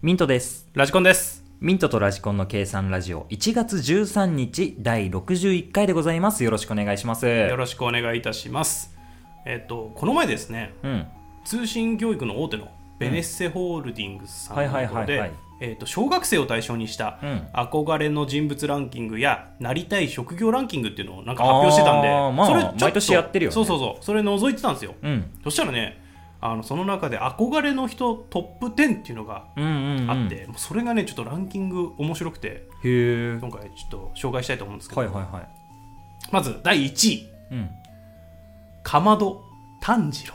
ミントです。ラジコンです。ミントとラジコンの計算ラジオ1月13日第61回でございます。よろしくお願いします。よろしくお願いいたします。えっと、この前ですね、うん。通信教育の大手のベネッセホールディングスさんうんはいはいのところはいはいで、えっと小学生を対象にしたうん憧れの人物ランキングやなりたい職業ランキングっていうのをなんか発表してたんで、あーまあそれちょっと毎年やってるよねそうそうそう、それ覗いてたんですよ。うん。そしたらね、あのその中で憧れの人トップ10っていうのがうんうん、うん。あって、もうそれがね、ちょっとランキング面白くて、へえ。今回ちょっと紹介したいと思うんですけど、はいはいはまず第1位。い。うん。かまど炭治郎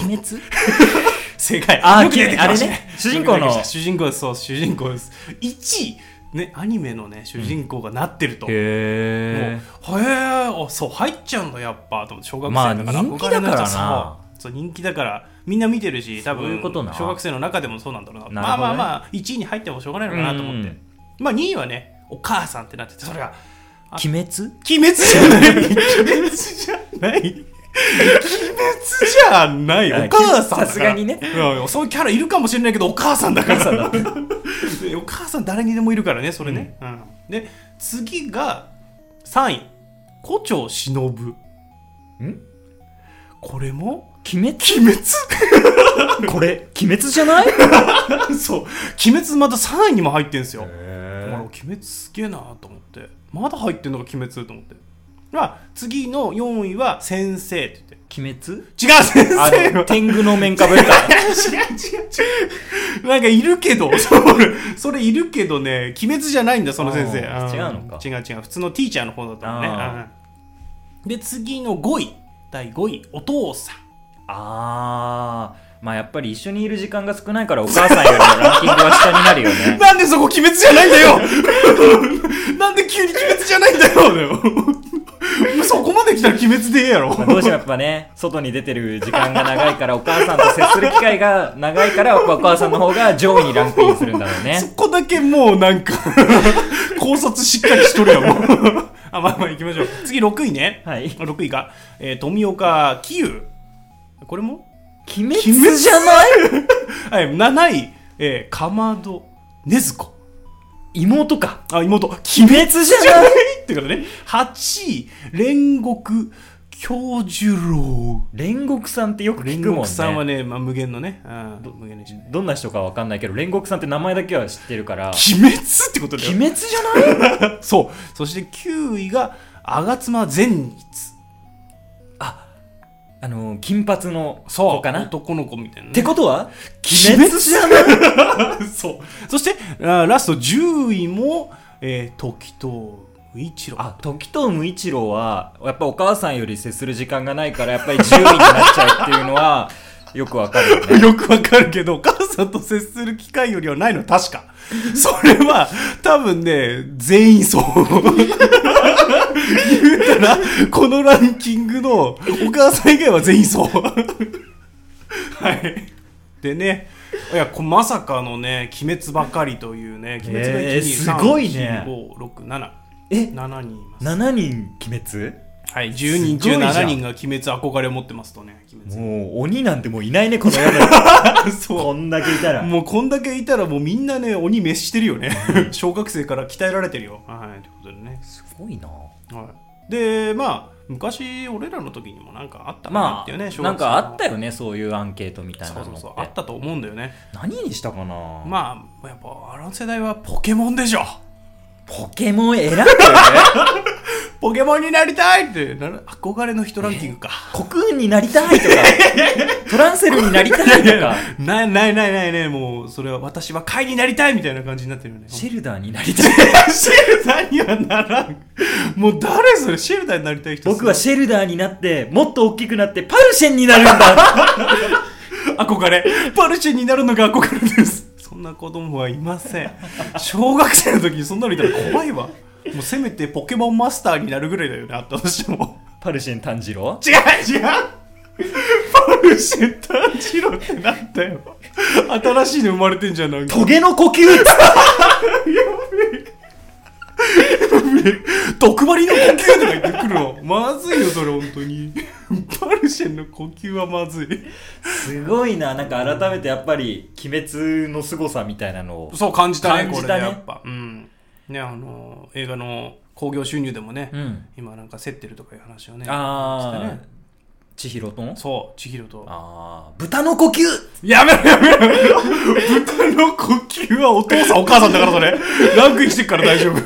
鬼滅 正解あーよく出てきましたあれね主人公のよく出てきました主人公ですそう主人公です1位ねアニメのね主人公がなってると、もうへへえ。えあそう入っちゃうんだやっぱと思って小学生だかまあら、人気だからな憧れの人そうそう人気だからみんな見てるし多そうい分うことな小学生の中でもそうなんだろうななるまほあどまあねまあ1位に入ってもしょうがないのかなと思って、うんまあ2位はねお母さんってなっててそれが鬼滅鬼滅じゃない鬼滅じゃない鬼滅じゃないあお母さんさだからすがにねうんそういうキャラいるかもしれないけどお母さんだからお母さんお母さん誰 にでもいるからねそれね、うんで次が3位胡蝶忍んこれも鬼滅鬼滅これ、鬼滅じゃない そう鬼滅また3位にも入ってんすよ、だからへ鬼滅すげえなと思ってまだ入ってんのか鬼滅と思ってまあ次の4位は先生って言っ鬼て滅違う先生あの、は天狗の面かぶれた。違う違う違うなんかいるけ どそうそれいるけどね鬼滅じゃないんだその先生あーん違うのか違う違う普通のティーチャーの方だったのねあうんで次の5位第5位お父さんあー。まあやっぱり一緒にいる時間が少ないからお母さんよりもランキングは下になるよね。 なんでそこ鬼滅じゃないんだよ なんで急に鬼滅じゃないんだ よそこまで来たら鬼滅でええやろまあどうしてもやっぱね、外に出てる時間が長いから、お母さんと接する機会が長いから、お母さんの方が上位にランクインするんだろうそね。こだけもうなんか 考察しっかりしとるや んもうあまあまあ行きましょう次6位ね、はい6位が、えー富岡喜友これも、鬼滅じゃないはい、7位、えー、かまど禰豆子妹か。あ妹鬼鬼滅じゃないってことね8位煉獄京十郎煉獄さんってよく聞煉くもん獄ね。さんはね、まあ、無限のねあー無限の石ねどんな人かわかんないけど、煉獄さんって名前だけは知ってるから、鬼滅ってことだ鬼よ滅じゃないそうそして9位が吾妻善逸あの、金髪のそう子かな。っ男の子みたいなねてことは、鬼鬼滅滅じゃない そう。そして、あーラスト10位も、えー、時と無一郎。あ、時藤無一郎は、やっぱお母さんより接する時間がないから、やっぱり10位になっちゃうっていうのは、よくわかるよね。 よくわかるけど、お母さんと接する機会よりはないの、確 か。それは、多分ね、全員そう。言うたら、このランキングのお母さん以外は全員 そう。はい。でね、いや、こまさかのね、鬼滅ばかりというね、鬼滅が1、えーすごいね5、6、7。 え7人います。 7人鬼滅はい、10人すご中いじゃん7人が鬼滅憧れを持ってますとね、鬼滅もう鬼なんてもういないねこの世の そこんだけいたう。ら もうこんだけいたらもうみんなね、鬼滅してるよね。 小学生から鍛えられてるよ。はい、ということでね。すごいなはい、で、まあ、昔俺らの時にもなんかあったかなっまていうね、あ小なん学生のかあったよねそういうアンケートみたいなそのうってそうそう、あったと思うんだよね。何にしたかなまあ、やっぱあの世代はポケモンでしょ。ポケモン選んだよねポケモンになりたいってなる憧れの人ランキングか。 コクーンになりたいとかトランセルになりたいとか ないないないないね、もうそれは私は貝になりたいみたいな感じになってるよね。シェルダーになりたい シェルダーにはならん。もう誰それシェルダーになりたい人僕はシェルダーになってもっと大きくなってパルシェンになるん だ憧れ。パルシェになるのが憧れです。そんな子供はいません。小学生の時にそんなのいたら怖いわ。もうせめてポケモンマスターになるぐらいだよね、あったとしても。パルシェン炭治郎違う違うパルシェ炭治郎ってなんだよ。新しいの生まれてんじゃん、なんか。トゲの呼吸毒針の呼吸とか言ってくるの。まずいよ、それ、本当に。パルシェンの呼吸はまずいすごいななんか改めてやっぱり「鬼滅」の凄さみたいなのをそう感じたね感こじれたねねやっぱうんねあの映画の興行収入でもね、うん今なんか競ってるとかいう話をねああ、してね千尋とのそう千尋とああ豚の呼吸やめろやめろ豚の呼吸はお父さんお母さんだからそ れランクインしてっから大丈 夫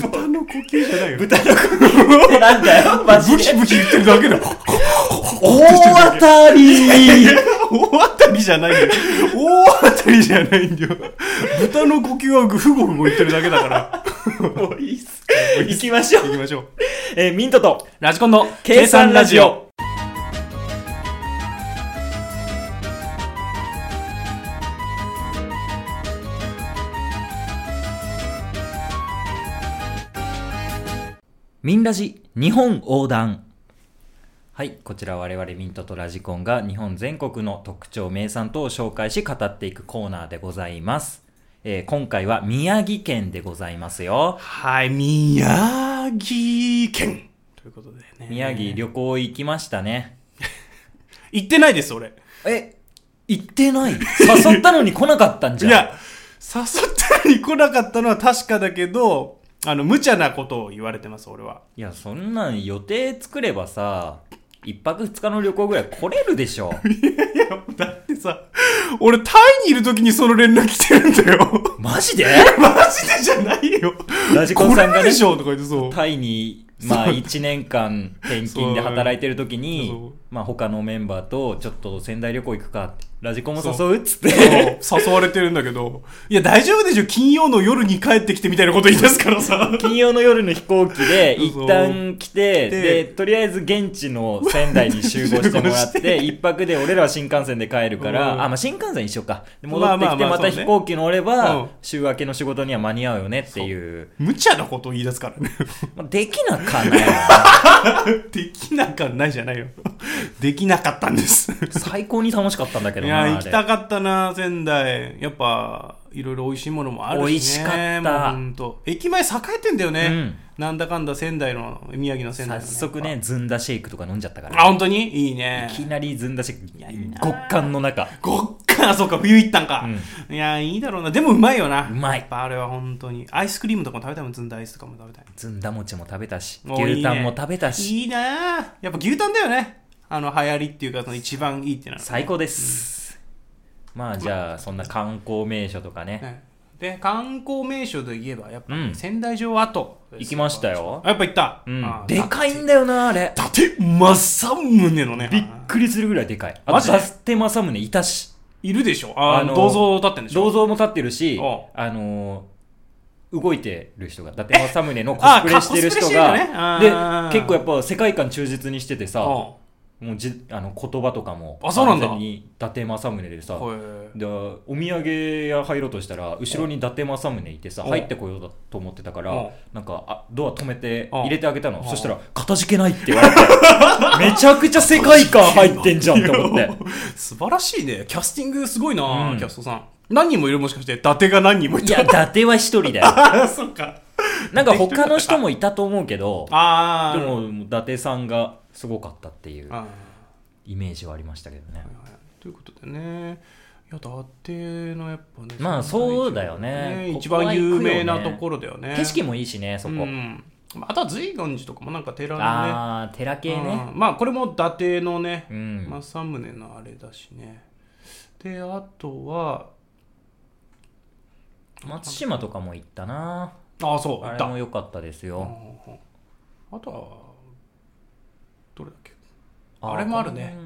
豚の呼吸じゃないよ 豚の呼吸ってなんだよ マジブキでブキ言ってるだけだよ大当たり 大当たりじゃないんだよ大当たりじゃないんだよ豚の呼吸はグフゴフゴ言ってるだけだから もういいっすか行きましょう、行きましょうえーミントとラジコンの計算ラジオミンラジ日本横断はいこちら我々ミントとラジコンが日本全国の特徴名産等を紹介し語っていくコーナーでございます、えー今回は宮城県でございますよはい宮城県ということでね宮城旅行行きましたね行ってないです俺え行ってない誘ったのに来なかったんじゃんいや誘ったのに来なかったのは確かだけどあの無茶なことを言われてます俺はいやそんなん予定作ればさ一泊二日の旅行ぐらい来れるでし ょいやだってさ俺タイにいる時にその連絡来てるんだよ マジでマジでじゃないよラジコンさんこがれねでしょとか言ってそうタイにまあ1年間転勤で働いてる時そうにまあ他のメンバーとちょっと仙台旅行行くかってラジコンもそ誘うっつってそう誘われてるんだけどいや大丈夫でしょ金曜の夜に帰ってきてみたいなこと言い出すからさ金曜の夜の飛行機で そう一旦来てででとりあえず現地の仙台に集合してもらっ 集合て一泊で俺らは新幹線で帰るから、うんあまあ新幹線一緒かでま戻あってまあきてまあまたそう飛ね行機乗れば、うん週明けの仕事には間に合うよねっていう無茶なことを言い出すからねまあ、できなかね できなかないじゃないよできなかったんです最高に楽しかったんだけどいやな行あきれたかったな仙台やっぱいろいろ美味しいものもあるし、ね、美味しかったもうほんと駅前栄えてんだよね、うんなんだかんだ仙台の宮城の仙台早の速やねっずんだシェイクとか飲んじゃったかぱあら本当にいいねいきなりずんだシェやいいイクな極寒の中ごっかなそうか冬行ったんか、いやいいだろうなでもうまいよなうまいやっぱあれは本当にアイスクリームとかも食べたいもんずんだアイスとかも食べたいずんだ餅も食べたしおー牛タンも食べたしいい,、ね、いいなあやっぱ牛タンだよねあの流行りっていうかその一番いいってなの最高です、まあじゃあそんな観光名所とかね、ねで観光名所といえばやっぱ、うん仙台城跡行きましたよあ、やっぱ行った、うんあ、でかいんだよなあれ伊達政宗のねびっくりするぐらいでかいあマとジでダステ政宗いたしいるでしょああのの銅像立ってんでしょ銅像も立ってるしおうあのー動いてる人が伊達政宗のコスあプレしてるコス人プレしてるがよねあーで結構やっぱ世界観忠実にしててさも像うじあの言葉とかもあそうなんだ完全に伊達政宗でさうんでお土産屋入ろうとしたら後ろに伊達政宗いてさお入ってこようだと思ってたかおらなんかあドア止めてお入れてあげたのおそしたら「かたじけない」って言われて めちゃくちゃ世界観入ってんじゃんと思って 素晴らしいねキャスティングすごいな、うんキャストさん何人もいるもしかして伊達が何人もいいたや伊達は一人だよ あ そっかなんか他の人もいたと思うけどあであも伊達さんがすごかったっていうあイメージはありましたけどねーはいはいということでねいや伊達のやっぱねまあそうだよね一ここは番行くよね有名なところだよね景色もいいしねそこうんまああとは随岩寺とかもなんか寺のねああ寺系ねうんまあこれも伊達のね、うん政宗のあれだしねであとは松島とかも行ったなああそうあ行っれたも良かったですよあとはどれだっけあれもあるね。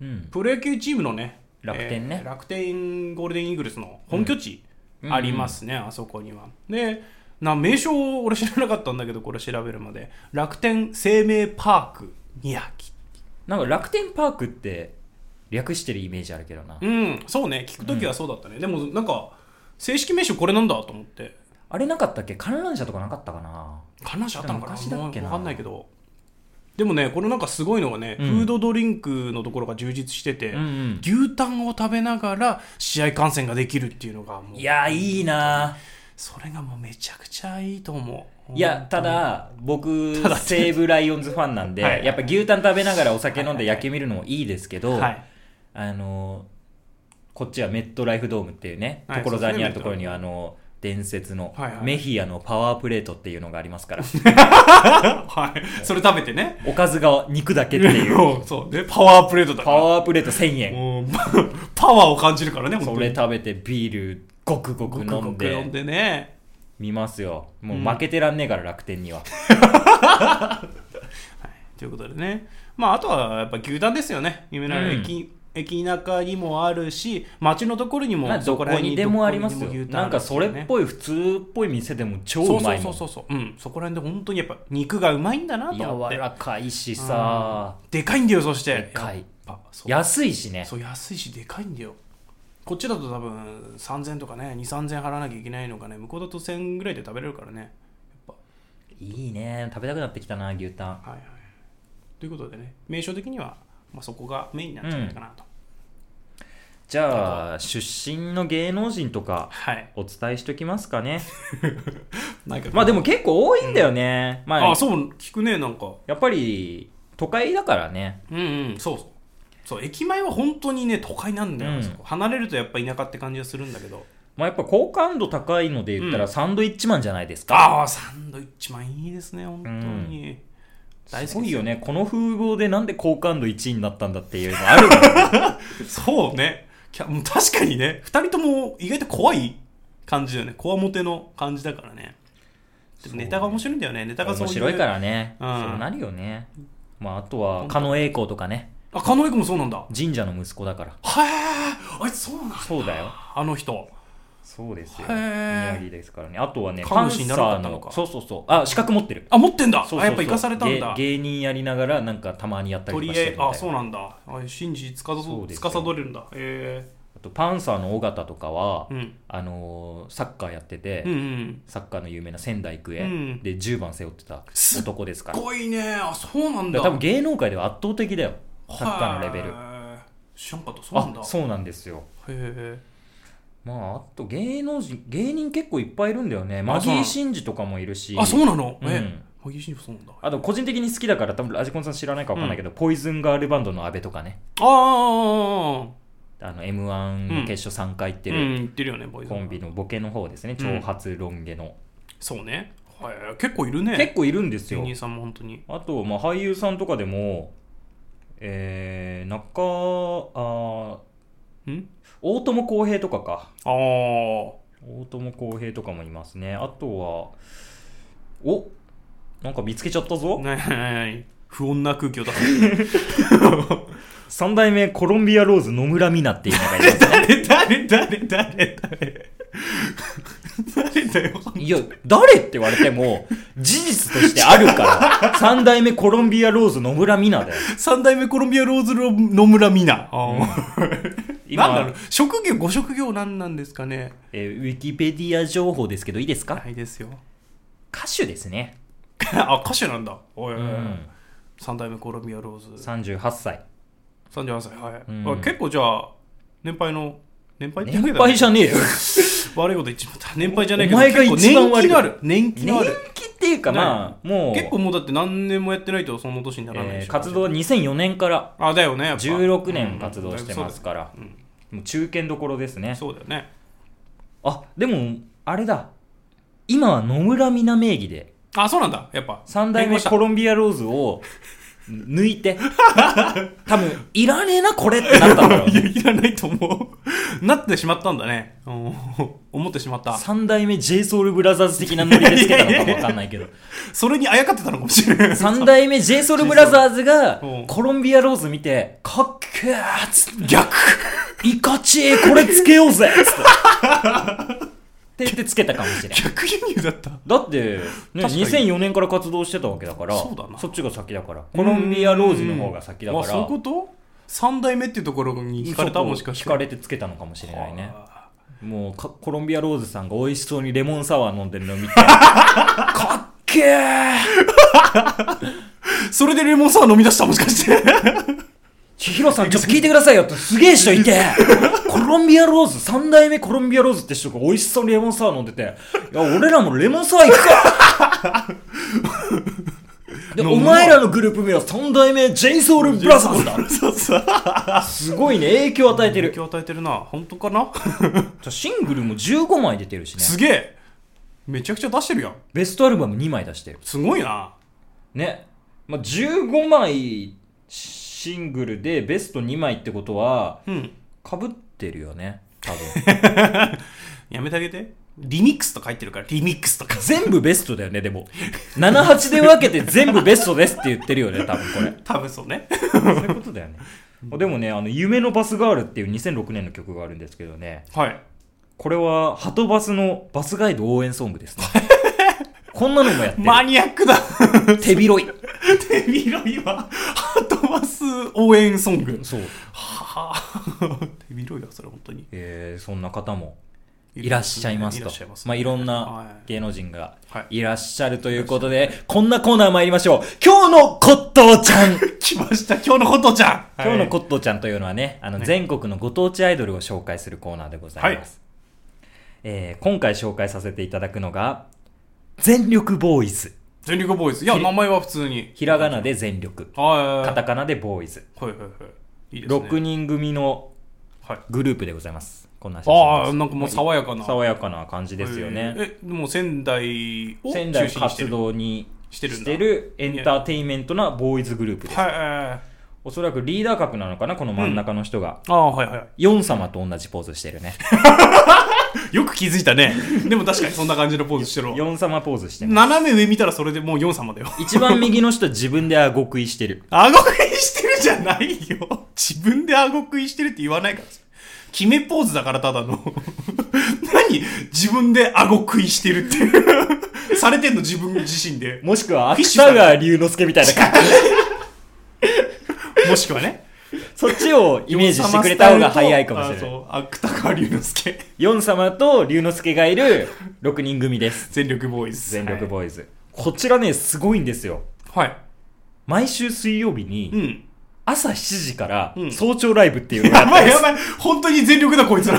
うん。プロ野球チームのね楽天ねえー楽天ゴールデンイーグルスの本拠地ありますね、あそこにはでな名称俺知らなかったんだけどこれ調べるまで楽天生命パーク宮城なんか楽天パークって略してるイメージあるけどな。うんそうね聞くときはそうだったね、でもなんか正式名称これなんだと思ってあれなかったっけ観覧車とかなかったかな観覧車あったのかな昔だっけなわかんないけどでもねこれなんかすごいのがね、うんフードドリンクのところが充実してて、うんうん牛タンを食べながら試合観戦ができるっていうのがもういやー、いいなーそれがもうめちゃくちゃいいと思ういいや、ただ、僕ただ、西武ライオンズファンなんで、はいやっぱ牛タン食べながらお酒飲んで野球見るのもいいですけど、はいあの、こっちはメットライフドームっていうね、はい所沢にあるところには、そあの、伝説のはいはいメヒアのパワープレートっていうのがありますから、はいそれ食べてねおかずが肉だけっていう、もうそうねパワープレートだかパらワープレート1000円。もうパワーを感じるからね本そ当れに食べてビールごくごく飲んごくごく飲んででね見ますよもううん負けてらんねえから楽天にはということでね、まあ、あとはやっぱ牛タンですよね、夢ならうん駅,、駅中にもあるし、街のところにも、まあどこら辺にでもありますどよこにでも牛タンなんかそれっいぽい普通っぽい店でも超そううまそいうそもうんそうそう、うん、そこら辺で本当にやっぱ肉がうまいんだなと思っ柔て、らかいしさでかいんだよ、そして、でかいやっぱそう安いしねそう安いし、でかいんだよ。こっちだと多分3000とかね、2、3000払わなきゃいけないのかね、向こうだと1000ぐらいで食べれるからね。やっぱいいね食べたくなってきたな牛タンはいはい、ということでね、名称的には、まあ、そこがメインなんじゃないかなと。じゃあ出身の芸能人とかはい、お伝えしときますかねなんかまあでも結構多いんだよね、まああそう聞くねなんかやっぱり都会だからねうんうんそうそうそう駅前は本当にね都会なんだよ、うんそこ離れるとやっぱ田舎って感じがするんだけどまあやっぱ好感度高いので言ったうらんサンドイッチマンじゃないですか、ああサンドイッチマンいいですね本当に、大す好ごきいよねこの風貌でなんで好感度1位になったんだっていうのある からねそうねキャもう確かにね2人とも意外と怖い感じだよねこわもての感じだからねでもネタが面白いんだよねネタがそう面いう白いからね、うんそうなるよね、まあ、あとは狩野英孝とかねあ狩野英孝もそうなんだは神社の息子だからえあいつそうなんだそうだよあの人そうですよへー宮城ですからねあとはね神パン主サにならなかーったののかそうそうそうあ資格持ってるあ持ってんだそうそうそうあやっぱ生かされたんだ芸芸人やりながらなんかたまにやったり取とりかしてるみた柄いなあそうなんだあ信じつかそうどですつよかさどれるんだへあとパンサーの尾形とかは、えうんあのーサッカーやってて、うんうんサッカーの有名な仙台育英、うんで10番背負ってた男ですからすごいねあそうなんだだから多分芸能界では圧倒的だよサッカーのレベルへえ知らんかったそうなんだあへそうなんですよえまああと芸能人芸人結構いっぱいいるんだよねマあギそうなーの真司とかもいるしあそうなのうえんマギーシンフそうなんだああと個人的に好きだから多分ラジコンさん知らないか分かんないけど、ポイズンガールバンドの阿部とかねああの m 1の決勝3回行ってうんる、言ってるよねボイズコンビのボケの方ですねうん長髪ロン毛の、そうねへえ結構いるね結構いるんです芸よ人さんも本当にあと、まあ、俳優さんとかでもえー、中あーうん大友康平とかかああ大友康平とかもいますね。あとは、おなんか見つけちゃったぞ。ねえ不穏な空気を出す 三代目コロンビアローズ野村美奈っていうのがいます ね。誰誰誰誰誰 誰だよいや、誰って言われても、事実としてある から。三代目コロンビアローズ野村美奈だよ。三代目コロンビアローズの野村美奈。なんだろう職業、ご職業なんなんですかねえーウィキペディア情報ですけど、いいですかないですよ。歌手ですね。 あ、歌手なんだ。おいおういおいん。三代目コロンビアローズ。 38歳。 38歳。はい、うんあ結構じゃあ、年配の、年配って年わけ配だじゃねえ よ。悪いこと言っちまった。年配じゃないけど、お前が一番結構年悪季いのある。年季のあ年る。季っていうか、まあ、もう、結構もうだって何年もやってないとその年にならないでえしーょ活動は2004年からあ、だよね。やっぱ16年活動してますから。うんうんもう中堅どころですね。そうだよね。あ、でも、あれだ。今は野村みな名義で、あ、そうなんだ。やっぱ。三代目コロンビアローズを 抜いて、 多分、いらねえな、これってなったんだろう いや、ね。いらないと思う。なってしまったんだね。うん思ってしまった。三代目 JSOULBROTHERS 的なノリでつけたのかもわかんないけど、それにあやかってたのかもしれない。三代目 JSOULBROTHERS がうんコロンビアローズ見て、かっけえっつって、逆いかちえこれつけようぜっつって。 って言ってつけたかもしれん。逆輸入だった。だって、ね、確かに2004年から活動してたわけだからそうだなっちが先だからコロンビアローズの方が先だからあ、そういうこと三代目っていうところに惹かれたそうもしかして。惹かれてつけたのかもしれないねあもうかコロンビアローズさんが美味しそうにレモンサワー飲んでるの見 てかっけーー。それでレモンサワー飲み出したもしかして。千尋さんちょっと聞いてくださいよってすげえ人いてコロロンビアローズ、三代目コロンビアローズって人が美味しそうにレモンサワー飲んでて、いや、俺らもレモンサワー行くか で、飲むおわ前らのグループ名は三代目ジェイソウルブラザーズだそうそうすごいね、影響を与えて 影る。響与えてるな本当かなじゃあシングルも15枚出てるしね。すげえめちゃくちゃ出してるやんベストアルバム2枚出してる。すごいなね。まあ、15枚シングルでベスト2枚ってことは、うん被ってるよね。多分。やめてあげてリミックスとか入ってるからリミックスとか全部ベストだよね、でも。78で分けて全部ベストですって言ってるよね、多分これ。多分そうねそういうことだよね。でもね、あの、夢のバスガールっていう2006年の曲があるんですけどね、はいこれは、ハトバスのバスガイド応援ソングですね。こんなのもやってる。マニアックだ手広い。手広いわハートマス応援ソングそう。はあ手広いわそれ本当にえー、そんな方もいらっしゃいますと。いらっしゃいますまあ、いろんはな芸能人がはいいらっしゃるということで、こんなコーナー参りましょう。今日のコットーちゃん来ました今日のことちゃん今日のコこットーちゃんというのはね、あのね全国のご当地アイドルを紹介するコーナーでございます。えー今回紹介させていただくのが、全力ボーイズ。全力ボーイズいや名前は普通にひらがなで全力。はいカタカナでボーイズ。はいはいはいいいですね6人組のはいグループでございます。こんな写真ああなんかもう爽やかでなす。爽やかな感じですよね。えーえもう仙台を中仙台心にをして活る動にしてるんしだてるエンターテインメントなボーイズグループです。はいあおそらくリーダー格なのかな、この真ん中の人が。あーはいはいはヨン様と同じポーズしてるね。いよく気づいた ねでも確かにそんな感じのポーズしてるわヨン様ポーズしてます斜め上見たらそれでもう4様だよ一番右の人自分で顎食いしてる。顎食いしてるじゃないよ自分で顎食いしてるって言わないから決めポーズだからただの 何自分で顎食いしてるってされてんの 自分自身でもしくは、芥川龍之介みたいな感 じ。もしくはねそっちをイメージしてくれた方が早いかもしれない。い芥川龍之介ヨン様と龍之介がいる6人組です。全力ボーイズ全力ボーイズ。こちらね、すごいんですよ。はい、はい毎週水曜日うに、ん朝7時からうん早朝ライブっていうのがあやっばたんいでやばい本当に全力だこいつら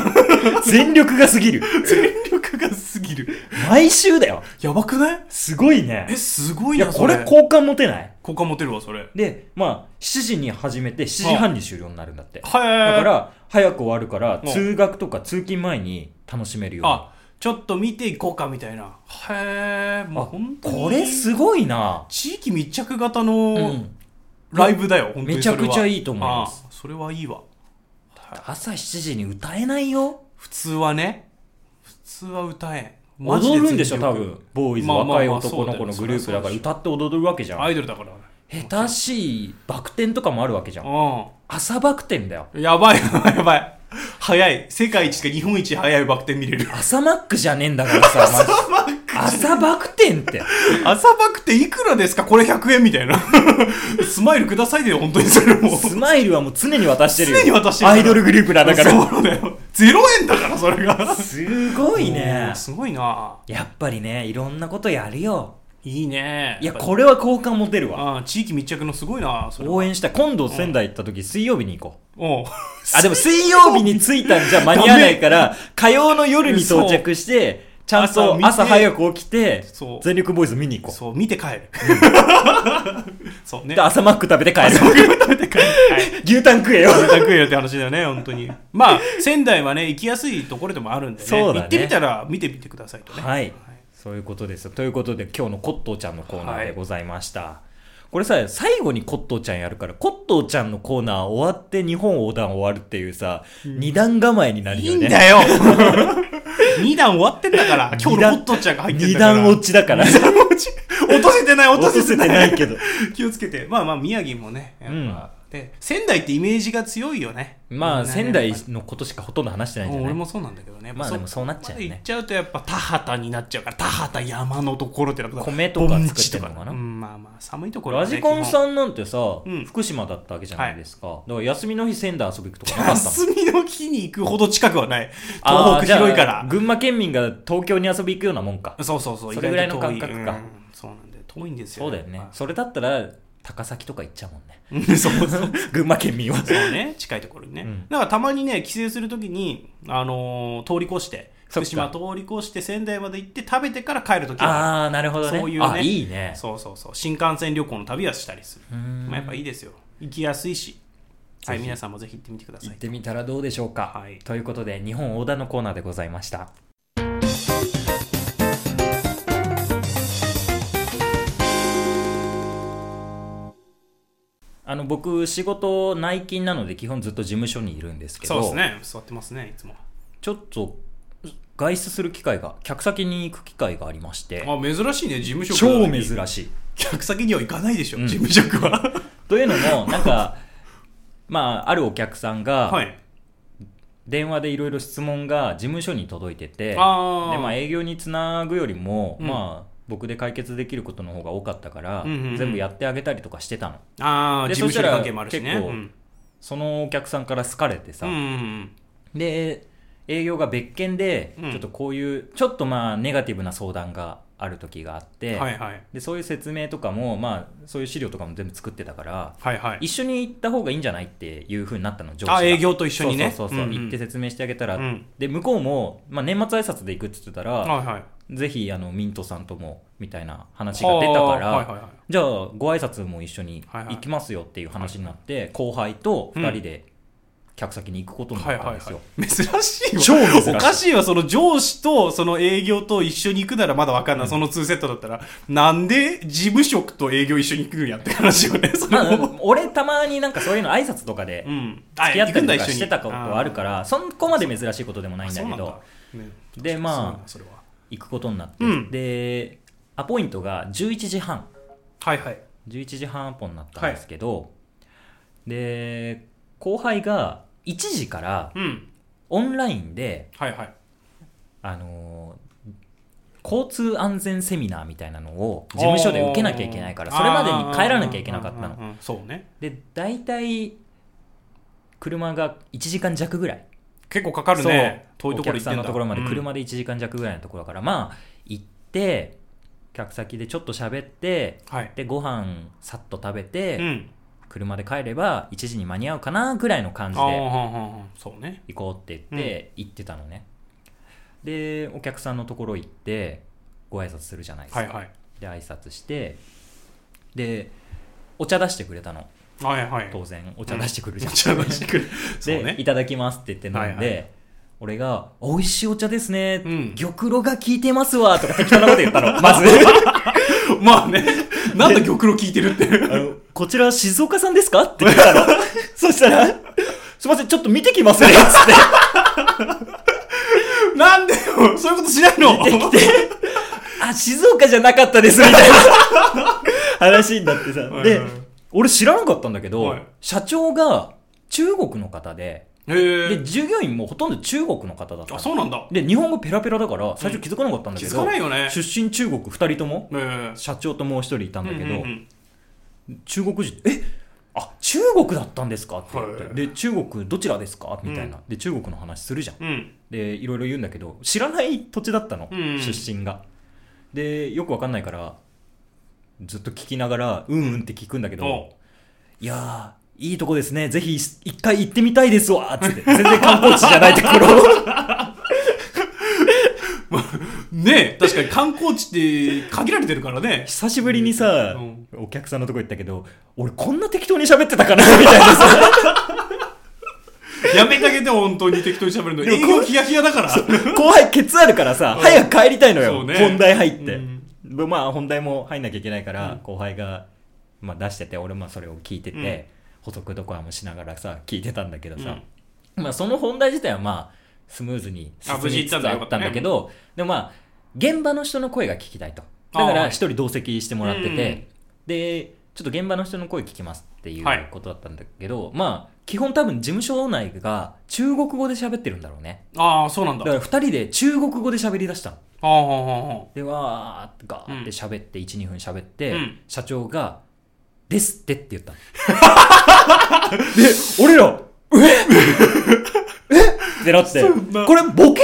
す。全力が過ぎる。全力がすぎる毎週だよ。やばくないすごいねえ。すごいいや、なこそれ好感持てない好感持てるわそれで、まあ、7時に始めて7時半に終了になるんだって。はいだから、早く終わるから、うん通学とか通勤前に楽しめるように。あちょっと見ていこうかみたいなへえもうあ本当にこれすごいな。地域密着型うのん。ライブだよ、本当にそれはめちゃくちゃいいと思いますああそれはいいわはい朝7時に歌えないよ。普通はね普通は歌えんマジ踊るんでしょ、全多力分。ボーイズ、まあまあまあ若い男の子のグループだからそうだよ歌って踊るわけじゃアん。イドルだから下手しいバク転とかもあるわけじゃん。う朝バク転だよ。んやばい やばい早い世界一か日本一早いバク転見れる 朝マックじゃねえんだからさ、マジマック朝バク転って。朝バクっていくらですかこれ100円みたいな。 スマイルくださいでよ、本当にそれ もう。スマイルはもう常に渡してるよ。常に渡してるかアらイドルグループなんだから。そうだよ。0円だから、それが。すすごいね。すごいなやっぱりね、いろんなことやるよ。いいねいや、れ。これは好感持てるわ。ああ地域密着のすごいなそれは。応援したい今度仙台行った時水曜日に行こうおうあでも水曜日に着いたんじゃ間に合わないから火曜の夜に到着してちゃん朝と見て朝早く起きてそう全力ボーイズ見に行こそう、見て帰る。 そううね。で朝マック食べて帰る食べて帰る。はい。牛タン食えよ食えよって話だよね、本当に。まあ、仙台はね、行きやすいところでもあるんでね。そうだね行ってみたら、見てみてくださいとね。はいそういうことですよということで今日のコットーちゃんのコーナーではいございました、これさ、最後にコットーちゃんやるから、コットーちゃんのコーナー終わって日本横断終わるっていうさ、二段構えになるいよいね。んだよ 二段終わってんだから今日のホットちゃんが入ってん二だから段落ちだから。落とせて ない落と 落とせせててないないけど。気をつけてまあまあ宮城もねやっぱ、で仙台ってイメージが強いよねまあ、みんなね仙台のことしかほとんど話してないんじゃもうない俺もそうなんだけどねまあでもそうなっちゃうよねそこまで行っちゃうとやっぱ田畑になっちゃうから田畑山のところってな米とか作ってんのかな うん、まあまあ寒いところラはね、ジコンんさんなんてさ、うん福島だったわけじゃないですか、だから休みの日仙台遊び行くとかなか ったもん休みの日に行くほど近くはないあ東ー北広いかじゃあら群馬県民が東京に遊び行くようなもんかそうそうそうそれぐらいの意外と遠感覚かうんそうなんで遠いんですよそうだよねまあそれだったら高崎とか行っちゃうもんね そうそう 群馬県民は そうね、近いところにね。うんだからたまにね、帰省するときに、あのー通り越して、そっ福か島通り越して仙台まで行って食べてから帰るときはああなるほどねそういうねあいいねそうそうそう、新幹線旅行の旅はしたりする。うーんまあ、やっぱいいですよ。行きやすいし。はい、ぜひ皆さんもぜひ行ってみてくださ行っい。てみたらどうでしょうか、はいということで日本横断のコーナーでございましたあの僕仕事内勤なので基本ずっと事務所にいるんですけそうどですね、座ってますね、いつも。ちょっと外出する機会が客先に行く機会がありましてあ、珍しいね、事務職な超のに珍しい客先には行かないでしょ、うん事務職は。というのもなん かま ああるお客さんが、はい。電話でいろいろ質問が事務所に届いててで、あーまあ、営業につなぐよりも、うんまあ、僕で解決できることの方が多かったから、うんうんうん全部やってあげたりとかしてたのああ、で事務そし所たにら関係もあるしね。結構うんそのお客さんから好かれてさ、うんうんで営業が別件でうんちょっとこういう、ちょっとまあネガティブな相談がある時があっうて、ん。はいはい。でそういう説明とかも、まあ、そういう資料とかも全部作ってたからはいはい。一緒に行った方がいいんじゃないっていうふうになったの上司があ、営業と一緒にね。そうそうそうそう、んん行って説明してあげたら、うんで向こうも、まあ、年末挨拶で行くって言ってたら、はいはい。ぜひあのミントさんともみたいな話が出たから、はあはいはいはいじゃあご挨拶も一緒にはいはい行きますよっていう話になって、後輩と2人で客先に行くことにはないったはんいですよ、はい、珍しいわ超珍しいおかしいわその上司とその営業と一緒に行くならまだわかんない、その2セットだったらなんで事務職と営業一緒に行くんやって話よねそれまあも、俺たまになんかそういうの挨拶とかでうん、付き合ったりとあ行くんだかしてたことはあるから、そこまで珍しいことでもないんだそうなけんだどねでまあそうなんだ行くことになって、うんでアポイントが11時半それははいはい11時半アポになったんですけど、で後輩が1時からうんオンラインではいはいあのー交通安全セミナーみたいなのを事務所で受けなきゃいけないからそれまでに帰らなきゃいけなかったあーのうんうんうんそうねで大体車が1時間弱ぐらい結構かかるね遠いところ行ってお客さんだんのところまでうん車で1時間弱ぐらいのところだから、まあ行って客先でちょっと喋ってはいでご飯さっと食べて、うん車で帰れば1時に間に合うかなぐらいの感じあーはでんはんはんそうね行こうって言って行ってたのね、でお客さんのところ行ってご挨拶するじゃないですか、はいはいで挨拶してでお茶出してくれたのはいはい当然お茶出してくるじゃん、茶出してくるそうで、ねいただきますって言って飲んで、はいはい俺が「美味しいお茶ですね、うん玉露が効いてますわ」とか適当なこと言った のまず まあね、なんだ玉露聞いてるって。あの「こちら静岡さんですか?」って言ったの そしたら「すいませんちょっと見てきますね」っつってなんでよ、そういうことしないの出てきて、あ、静岡じゃなかったです、みたいな話になってさ。はいではい、俺知らなかったんだけどはい、社長が中国の方で、へで、え。従業員もほとんど中国の方だったあ、の。そうなんだ。で、日本語ペラペラだから、最初気づかなかったんだ気けづかどない、よね。出身中国2人とも、ええ社長ともう1人いたんだけうんうどんう、ん中国人、えあ、中国だったんですかって言はっいて、で、中国どちらですかみたいな。で、中国の話するじゃん。うん。でいろいろ言うんだけど知らない土地だったの、うん出身がでよくわかんないからずっと聞きながらうんうんって聞くんだけおどいやーいいとこですねぜひ一一回行ってみたいですわつって全然観光地じゃないとこ ろねえ、確かに観光地って限られてるからね。久しぶりにさ、うんお客さんのとこ行ったけど俺こんな適当に喋ってたかなみたいなさやめてあげて、本当に適当に喋るの。でも営業ヒヤヒヤだから。 後輩ケツあるからさ、うん早く帰りたいのよ、そうね本題入って、うんでまあ本題も入んなきゃいけないから、後輩が、まあ、出してて俺もそれを聞いてて、うん補足とかもしながらさ聞いてたんだけどさ、まあ、その本題自体はまあスムーズに進あ無事み行つっつたんだあったんだけどでもまあ現場の人の声が聞きたいとだかあーら一人同席してもらってうんうて、でちょっと現場の人の声聞きますっていはいうことだったんだけど、まあ基本多分事務所内が中国語で喋ってるんだろうねああ、そうなんだ。だから2人で中国語で喋り出したのああ、はあ、はでわーってガーって喋って12、2分喋って、うん社長が「ですって」って言 ったので俺ら「ええっ?」ってなってそんなこれ ボケ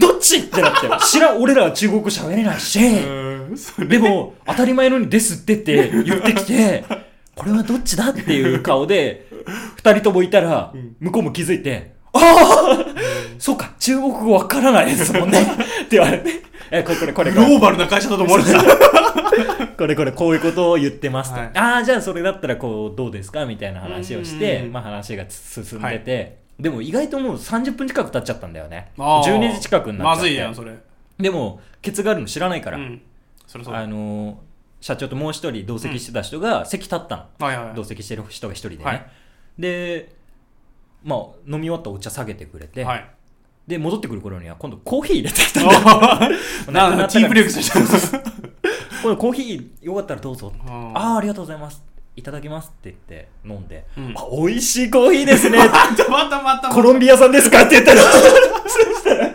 どっちってなって知らん俺らは中国語喋れないしあ。うんそ れでも、当たり前のようにですってって言ってきて、これはどっちだっていう顔で、二人ともいたらうん、向こうも気づいて、ああそうか、中国語わからないですもんね。って言われて、え、これこれこれグこロれ、ーバルな会社だと思われてた これこれこういうことを言ってますと。はいああ、じゃあそれだったらこう、どうですかみたいな話をしうんうんてう、んまあ話がつ進んでて、でも意外ともう30分近く経っちゃったんだよね。あー12時近くになっちゃって。まずいやんそれでも、ケツがあるの知らないから、うんそれそうあはいのー社長ともう一人同席してた人が席立ったの、はいはい同席してる人が一人でね、はいでまあ飲み終わったお茶下げてくれて、はいで戻ってくる頃には今度コーヒー入れて きたんだよあーなななんかんティーブレイクしたんですこれコーヒーよかったらどうぞあああありがとうございますいただきますって言って飲んで、うんあ美味しいコーヒーです ねたまたまたコロンビアさんですかって言ったらそしたら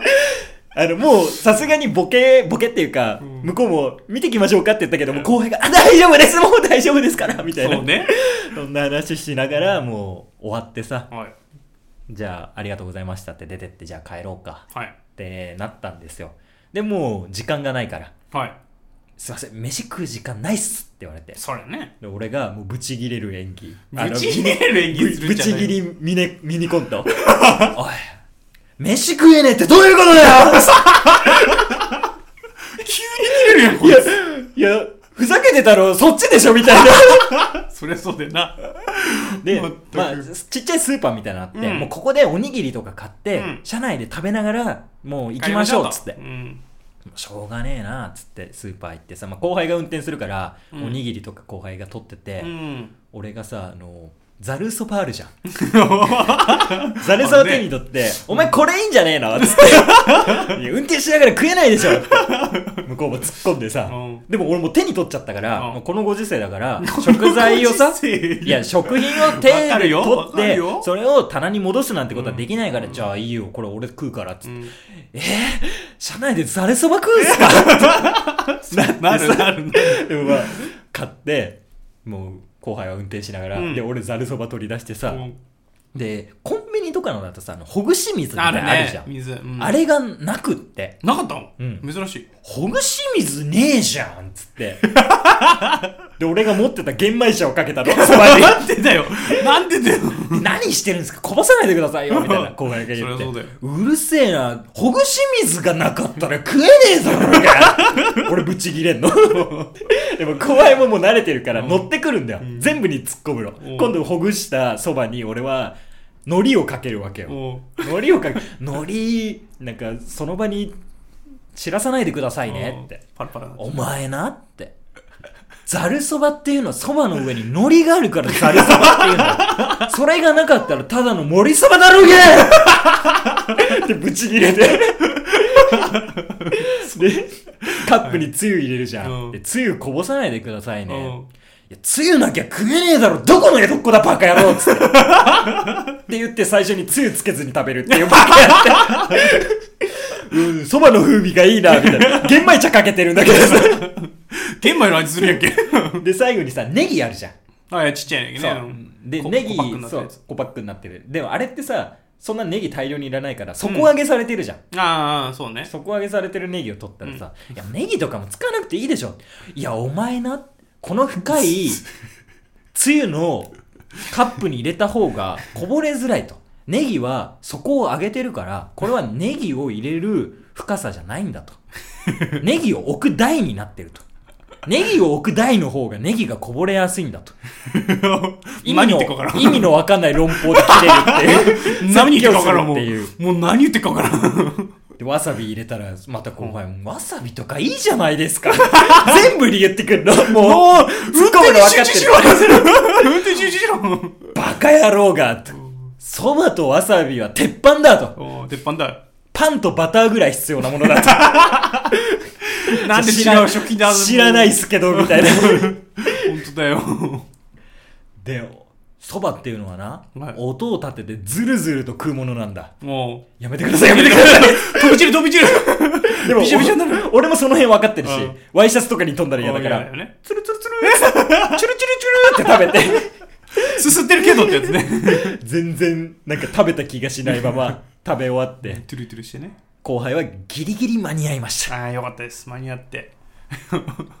あの、もう、さすがにボケ、ボケっていうか、うん向こうも、見てきましょうかって言ったけども、後輩が、あ、大丈夫ですもう大丈夫ですからみたいな。そうねそんな話しながら、もう終わってさ、はいじゃあありがとうございましたって出てって、じゃあ帰ろうかはいってなったんですよ。でも、時間がないから、はいすいません、飯食う時間ないっすって言われて。それねで俺がもうブチギレる演技。ぶち切れる演技すぶるんぶじゃちなギいリミネミニコント。 おい、飯食えねえってどういうことだよ急に切れるやんこいれや、いや、ふざけてたろ、そっちでしょみたいな。そりゃそうだよなで全く、まあ、ちっちゃいスーパーみたいなのあって、うんもうここでおにぎりとか買って、うん車内で食べながら、もう行きましょうっつってう。んしょうがねえなっつって、スーパー行ってさ、まあ、後輩が運転するから、うんおにぎりとか後輩が取ってて、うん俺がさ、あの、ザルそばある じゃん。はザルそばを手に取って、お前これいいんじゃねえのつ って。いや運転しながら食えないでしょって向こうも突っ込んでさ、うんでも俺もう手に取っちゃったから、うんもうこのご時世だ から、食材をさご、時世いや、食品を手わかるでよ取わっかるてよ、それを棚に戻すなんてことはできないから、じゃあいいよ、これ俺食うからっつって、えー、車内でザルそば食うんすかなる なるなるでもまあ、買って、もう後輩は運転しながら、うんで、俺ざるそば取り出してさ、うんで、コンビニとかのだとさ、あのほぐし水みたあいなるのあるじねゃん。水うんあれがなくって、なかったの、うん珍しい。ほぐし水ねえじゃんっつっ て。で、俺が持ってた玄米茶をかけた の、そばに。なんでだよなんで だよ何してるんですかこぼさないでくださいよみたいな後輩が言っそてりゃそうだようるせえなほぐし水がなかったら食えねえぞ俺 俺ぶち切れんのでも後輩ももう慣れてるから乗ってくるんだよ、全部に突っ込むのん今度ほぐしたそばに俺は海苔をかけるわけよも海苔をかけ海苔なんかその場に散らさないでくださういねってパラパラなお前なって。ざるそばっていうのはそばの上に海苔があるからざるそばっていうの。それがなかったらただの森そばだろうがってぶち切れて。で、カップにつゆ入れるじゃ。うんんで、つゆこぼさないでくださいね。うんいや、つゆなきゃ食えねえだろどこの江戸っ子だバカ野郎っつって。って言って最初につゆつけずに食べるっていうバカやって。うん、そばの風味がいいな、みたいな。玄米茶かけてるんだけどさ。玄米の味するやん けで、最後にさ、ネギあるじゃん。あいやちっちゃいやんけねうんで、こネギ小パックにな、っそてるやうつ、 5パックになってる。でもあれってさ、そんなネギ大量にいらないから、底上げされてるじゃん。ああ そうね底上げされてるネギを取ったらさ、いや、ネギとかも使わなくていいでしょ。いや、お前な、この深 い、つゆのカップに入れた方がこぼれづらいと。ネギは底を上げてるから、これはネギを入れる深さじゃないんだ と。ネギを置く台になってると。ネギを置く台の方がネギがこぼれやすいんだと。意味何言のってっか分から、ん。意味のわかんない論法で切れるっていう 何言ってっか分からんも説教するっていううもう何言ってっか分からんで、わさび入れたら、また後輩も、わさびとかいいじゃないですか。全部に言ってく るの。もう、突っ込むの分か集っ中てしるろ。運転集中しろバカ野郎が、と。そばとわさびは鉄板だと。おー鉄板だパンとバターぐらい必要なものだと。 なんで知違らう食品だ知らないっすけど、み たいな。本当だよで、そばっていうのはな、はい音を立ててずるずると食うものなんだ。もうやめてください、やめてください。飛び散る飛び散るでも、びしょびしょになる俺もその辺分かってるしうん、ワイシャツとかに飛んだら嫌だから、よねつるつるつる ー、チュルチュルチュルって食べて。すすってるけどってやつね全然なんか食べた気がしないまま食べ終わってトゥルトゥルしてね後輩はギリギリ間に合いましたああよかったです間に合って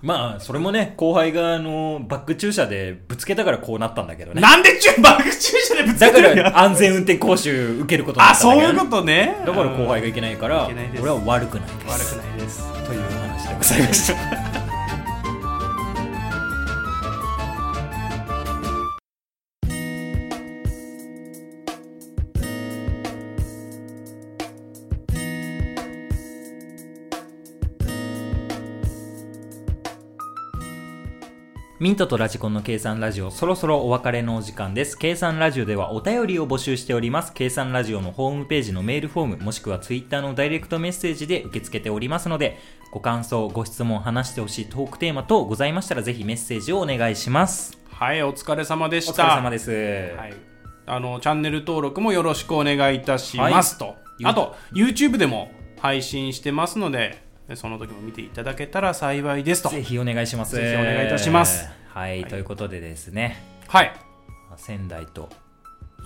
まあそれもね後輩があのバック駐車でぶつけたからこうなったんだけどねなんで中バック駐車でぶつだけかてるんやら安全運転講習受けることになあったんだそうけいどうねことねだから後輩がいけないからいけないです俺は悪くないで悪すくないですというお話でございましたミントとラジコンの計算ラジオそろそろお別れのお時間です計算ラジオではお便りを募集しております計算ラジオのホームページのメールフォームもしくはツイッターのダイレクトメッセージで受け付けておりますのでご感想ご質問話してほしいトークテーマ等ございましたらぜひメッセージをお願いしますはいお疲れ様でおし疲れた様です、はい、あのチャンネル登録もよろしくお願いいたしますと、いあと YouTube でも配信してますのでその時も見ていただけたら幸いですとぜひお願いしますぜひお願いいたしますはい、はいということでですねはい仙台と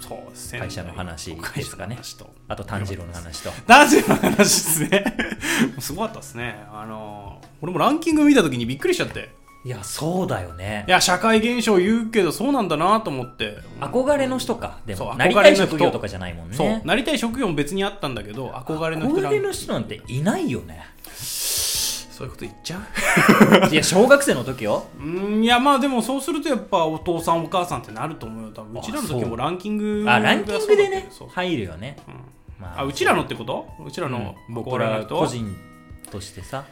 そうですね会社の話ですかね会社の話とあと炭治郎の話と男子の話ですね すごかったですねあの俺もランキング見た時にびっくりしちゃっていやそうだよねいや社会現象言うけどそうなんだなと思って憧れの人かでそうも憧なれのり人たい職業とかじゃないもんねそうなりたい職業も別にあったんだけど憧れの人憧ランキれングの人なんていないよねそういうこと言っちゃういや小学生の時ようーんいやまあでもそうするとやっぱお父さんお母さんってなると思うよ多分うちらの時そうもランキングあランキングでねがそうだけどそう入るよね、うんまあうちらのってことうちらのうん僕憧れのら人、個人としてさ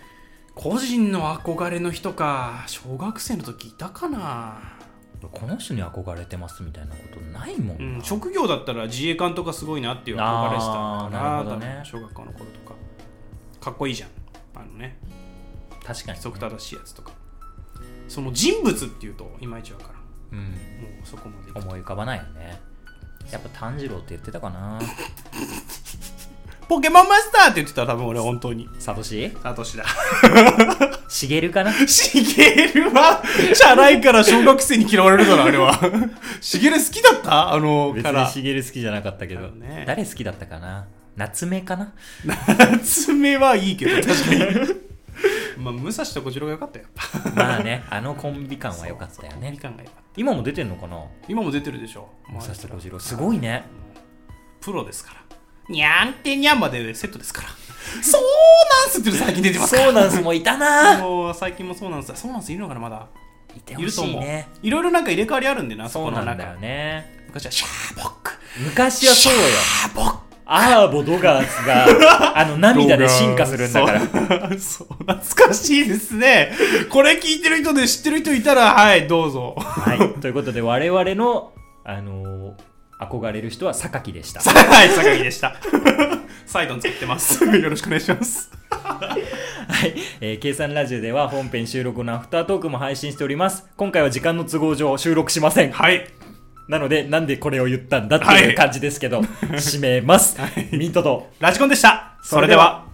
個人の憧れの人か小学生の時いたかな、この人に憧れてますみたいなことないもんうな、ん、職業だったら自衛官とかすごいなっていう憧れしたあーかなるほなどね多分小学校の頃とかかっこいいじゃんあのね確かに、規則正しいやつとかその人物っていうといまいちわからんうもん、うそこまでいくと思い浮かばないよねやっぱ炭治郎って言ってたかなポケモンマスターって言ってた多分俺本当にサトシサトシだシゲルかなしげるは、チャラいから小学生に嫌われるから、あ れは。しげる好きだったあの、別かにら。シゲル好きじゃなかったけだど、よね誰好きだったかな夏目かな 爪はいいけど、確 かに。まあ、武蔵と小次郎が良かったよ。まあねあのコンビ感は良かったよねコンビ感が良かった今も出てんのかな今も出てるでしょ。武蔵と小次郎すごいねプロですから。にゃんてにゃんまでセットで すから。そうなんすっていうの最近出てますから。そうなんすもういたなもう最近もそうなんすだ。そうなんすいるのかな、まだ。いていほるとしい思うね。いろいろなんか入れ替わりあるんでな、そうこのなんだ中よね昔はシャーボック。昔はそうよシャーボック。アーボドガース があの涙で進化するんだからそうそう懐かしいですねこれ聞いてる人で知ってる人いたらはいどうぞはいということで我々のあのー憧れる人は榊でしたはい榊で したサイドン作ってますよろしくお願いしますはい、えー、計算ラジオでは本編収録のアフタートークも配信しております今回は時間の都合上収録しませんはいなのでなんでこれを言ったんだっていう感じですけど、締めます、ミントとラジコンでしたそれでは